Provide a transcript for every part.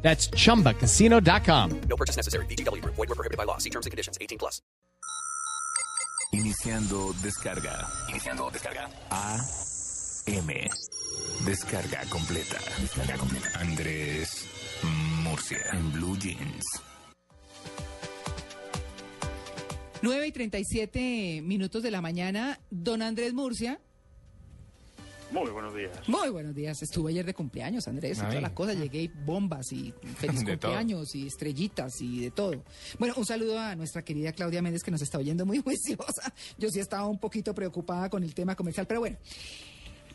That's chumbacasino.com. No purchase necessary. BGW. Void were prohibited by law. See terms and conditions. 18 plus. Iniciando descarga. Iniciando descarga. A M. Descarga completa. Descarga completa. Andrés Murcia en Blue Jeans. 9 y 37 minutos de la mañana, don Andrés Murcia. Muy buenos días. Muy buenos días. Estuve ayer de cumpleaños, Andrés, y Ay. todas las cosas. Llegué y bombas y feliz De todo. cumpleaños y estrellitas y de todo. Bueno, un saludo a nuestra querida Claudia Méndez que nos está oyendo muy juiciosa. Yo sí estaba un poquito preocupada con el tema comercial, pero bueno.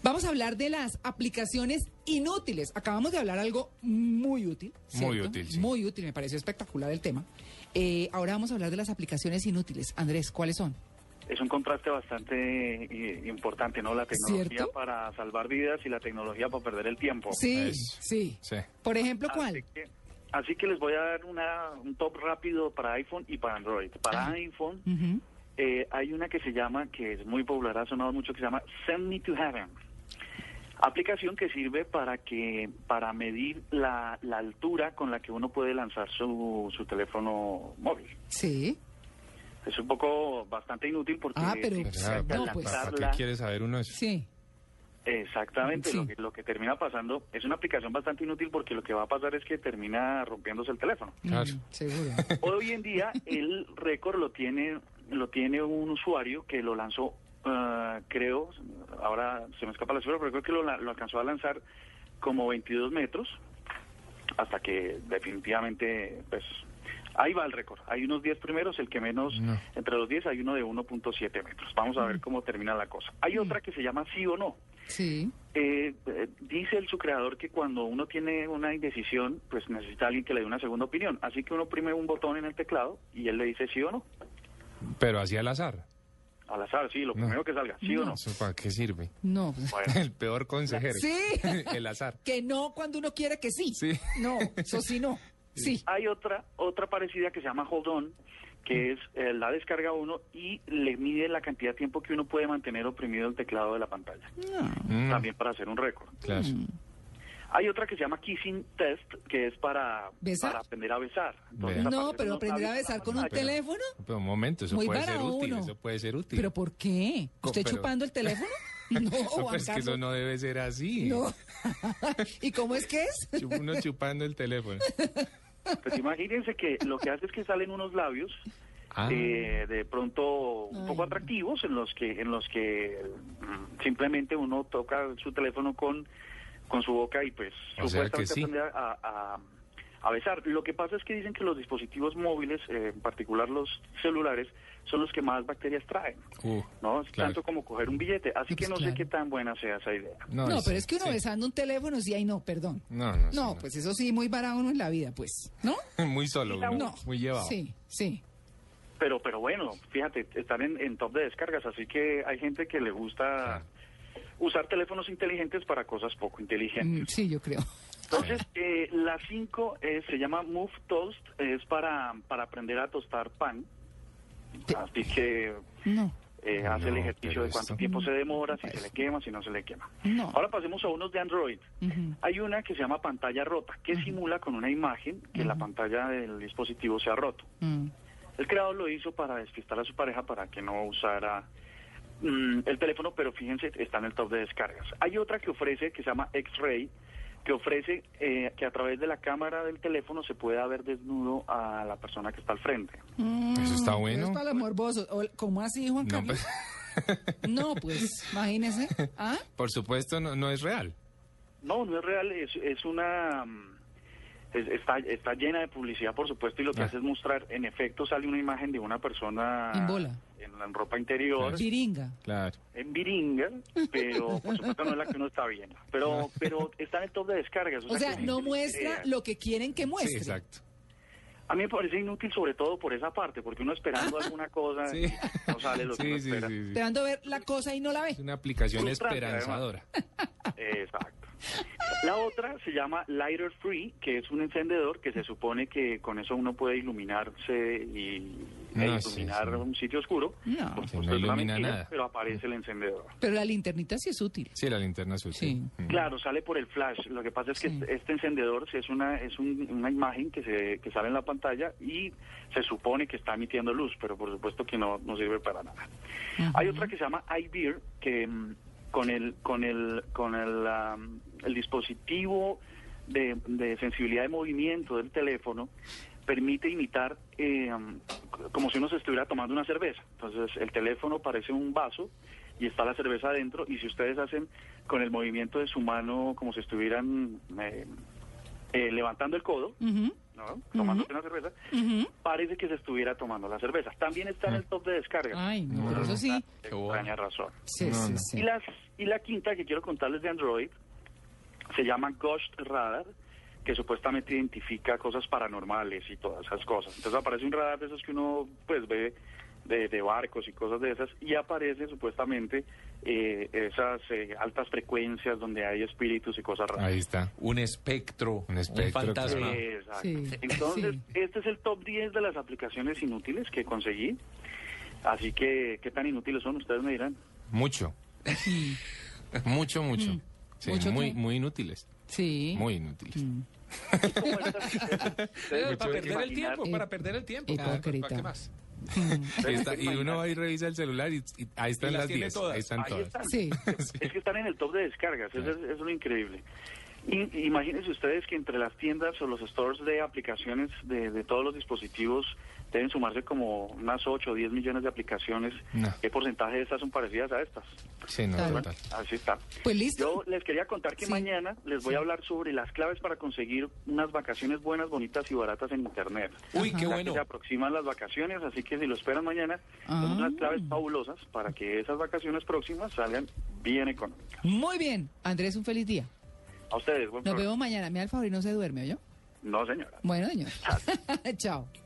Vamos a hablar de las aplicaciones inútiles. Acabamos de hablar algo muy útil. Muy ¿cierto? útil, sí. Muy útil, me pareció espectacular el tema. Eh, ahora vamos a hablar de las aplicaciones inútiles. Andrés, ¿cuáles son? Es un contraste bastante eh, importante, ¿no? La tecnología ¿Cierto? para salvar vidas y la tecnología para perder el tiempo. Sí, Es- sí. sí. Por ejemplo, Así ¿cuál? que, así que les voy a dar una, un top rápido para iPhone y para Android. Para iPhone Ujú. eh, hay una que se llama, que es muy popular, ha sonado mucho, que se llama Send Me to Heaven. Aplicación que sirve para que para medir la, la altura con la que uno puede lanzar su, su teléfono móvil. Sí. Es un poco bastante inútil porque Ah, pero- si Pero, trata de no, pues. lanzarla- ¿Para qué quiere saber uno eso? Sí. Exactamente, Sí. lo, que, lo que termina pasando es una aplicación bastante inútil porque lo que va a pasar es que termina rompiéndose el teléfono. Claro. Mm, seguro. Hoy en día el récord lo tiene lo tiene un usuario que lo lanzó, ah, creo, ahora se me escapa la cifra, pero creo que lo, la- lo alcanzó a lanzar como 22 metros hasta que definitivamente, pues, ahí va el récord. Hay unos 10 primeros, el que menos, entre los 10 hay uno de 1.7 metros. Vamos a ver cómo termina la cosa. Hay otra que se llama sí o no. Sí. Eh, eh, dice el, su creador que cuando uno tiene una indecisión, pues necesita alguien que le dé una segunda opinión. Así que uno oprime un botón en el teclado y él le dice sí o no. Pero así al azar. Al azar, sí, lo primero que salga, sí o no. ¿Eso para qué sirve? No. Bueno, El peor consejero. Sí. El azar. Que no cuando uno quiere que sí. Sí. No, eso sí no. Sí. hay otra, otra parecida que se llama Hold On, Mm. que es eh, la descarga uno y le mide la cantidad de tiempo que uno puede mantener oprimido el teclado de la pantalla. Mm, También para hacer un récord. claro. Hay otra que se llama Kissing Test, que es para, ¿Besar? para aprender a besar. Vea. No, aparece pero unos aprender a labios en la besar con un pantalla. teléfono. Pero un momento, eso Muy puede ser para útil. uno. Eso puede ser útil. ¿Pero pues, por qué? Co- ¿Usted pero- chupando el teléfono? No, No, Juan pues que eso Carlos, no debe ser así. no. ¿Y cómo es que es? Chup- Uno chupando el teléfono. Pues imagínense que lo que hace es que salen unos labios Ah. eh, de pronto un Ay, poco no. atractivos en los que en los que mm, simplemente uno toca su teléfono con con su boca y pues O sea que supuestamente sí. aprende a, a- a besar. Lo que pasa es que dicen que los dispositivos móviles, eh, en particular los celulares, son los que más bacterias traen, Uh, ¿no? Es claro. tanto como coger un billete. Así Pues que no claro. sé qué tan buena sea esa idea. No, eso- pero es que uno sí. besando un teléfono, sí, ahí no, perdón. No, no. sí, No, no. pues eso sí, muy para uno en la vida, pues. ¿No? Muy solo uno. No. Muy llevado. Sí, sí. Pero, pero bueno, fíjate, están en, en top de descargas, así que hay gente que le gusta usar teléfonos inteligentes para cosas poco inteligentes. Mm, Sí, yo creo. Entonces, eh, la 5 se llama Move Toast, es para, para aprender a tostar pan, Te- así que No. eh, hace el No, ejercicio pero de cuánto esto- tiempo se demora, si se le quema, si no se le quema. No. Ahora pasemos a unos de Android. Ujú. Hay una que se llama pantalla rota, que simula con una imagen que la pantalla del dispositivo se ha roto. Mm. El creador lo hizo para despistar a su pareja para que no usara mm, el teléfono, pero fíjense, está en el top de descargas. Hay otra que ofrece, que se llama X-Ray, que ofrece eh, que a través de la cámara del teléfono se pueda ver desnudo a la persona que está al frente. Eso está bueno. Es para los morbosos. O- ¿Cómo así, Juan No, Carlos? pues, No, pues, imagínese. ¿Ah? por supuesto, no, no es real. No, no es real, es, es una... mm, es- está, está llena de publicidad, por supuesto, y lo que Ah. hace es mostrar, en efecto, sale una imagen de una persona En bola. en, en ropa interior, Piringa. Claro. en viringa, pero por supuesto no es la que uno está viendo. Ah. Pero, pero está en el top de descargas. O sea, que- no muestra eh, lo que quieren que Sí, muestre. exacto. A mí me parece inútil sobre todo por esa parte, porque uno esperando alguna cosa Sí. y no sale lo que Sí, uno sí, espera. sí, sí. Esperando ver la cosa y no la Es ve. una aplicación Frustrante, esperanzadora. Exacto. La otra se llama Lighter Free, que es un encendedor que se supone que con eso uno puede iluminarse y e No, sí, iluminar sí. un sitio oscuro. No. Por Que no supuesto, es una ilumina mentira, nada. Pero aparece el encendedor. Pero la linternita sí es útil. Sí, la linterna azul. Sí. Sí. Mm. Claro, sale por el flash. Lo que pasa es que Sí. este encendedor sí es una es un- una imagen que se que sale en la pantalla y se supone que está emitiendo luz, pero por supuesto que no no sirve para nada. Hay otra que se llama iBeer que mm, con el con el con el, am, el dispositivo de, de sensibilidad de movimiento del teléfono permite imitar eh, am, c- como si uno se estuviera tomando una cerveza. Entonces el teléfono parece un vaso y está la cerveza adentro y si ustedes hacen con el movimiento de su mano como si estuvieran eh, eh, levantando el codo, Ujú. ¿no? tomando una cerveza, Ujú. Mm. parece que se estuviera tomando la cerveza. También está en el top de descarga. Ay, no, pero eso sí. Extraña razón. Sí, No, sí, no. sí. Y, las, y la quinta que quiero contarles de Android se llama Ghost Radar, que supuestamente identifica cosas paranormales y todas esas cosas. Entonces aparece un radar de esos que uno pues ve de, de barcos y cosas de esas y aparece supuestamente eh, esas eh, altas frecuencias donde hay espíritus y cosas raras. Ahí está. Un espectro, Un espectro, fantasma. claro. Exacto. Sí, Entonces, sí. este es el top 10 de las aplicaciones inútiles que conseguí. Así que, ¿qué tan inútiles son? Ustedes me dirán. Mucho. mucho, mucho. Sí, Mm. ¿Mucho muy, qué? muy inútiles. Sí. Mm. Muy inútiles. ¿Cómo están? Eh, Para Mucho perder el imaginar. tiempo, para perder el tiempo. Hipócrita. Claro, ¿para qué más? Ahí está, y uno va y revisa el celular y, y ahí están Y las las tiene 10. todas. Ahí están Ahí todas. están. Sí. Es que están en el top de descargas, eso es, eso es lo increíble. Y- imagínense ustedes que entre las tiendas o los stores de aplicaciones de, de todos los dispositivos deben sumarse como unas 8 o 10 millones de aplicaciones. No. ¿Qué porcentaje de estas son parecidas a estas? Sí, no, Claro. total. Así está. Pues listo. Yo les quería contar que Sí. mañana les voy a hablar sobre las claves para conseguir unas vacaciones buenas, bonitas y baratas en Internet. Uy, Ya qué que bueno. Se aproximan las vacaciones, así que si lo esperan mañana, Ah. son unas claves fabulosas para que esas vacaciones próximas salgan bien económicas. Muy bien. Andrés, un feliz día. A ustedes, buen Nos programa. vemos mañana. Me da el favor y no se duerme, ¿oyó? No, señora. Bueno, señor. Chao.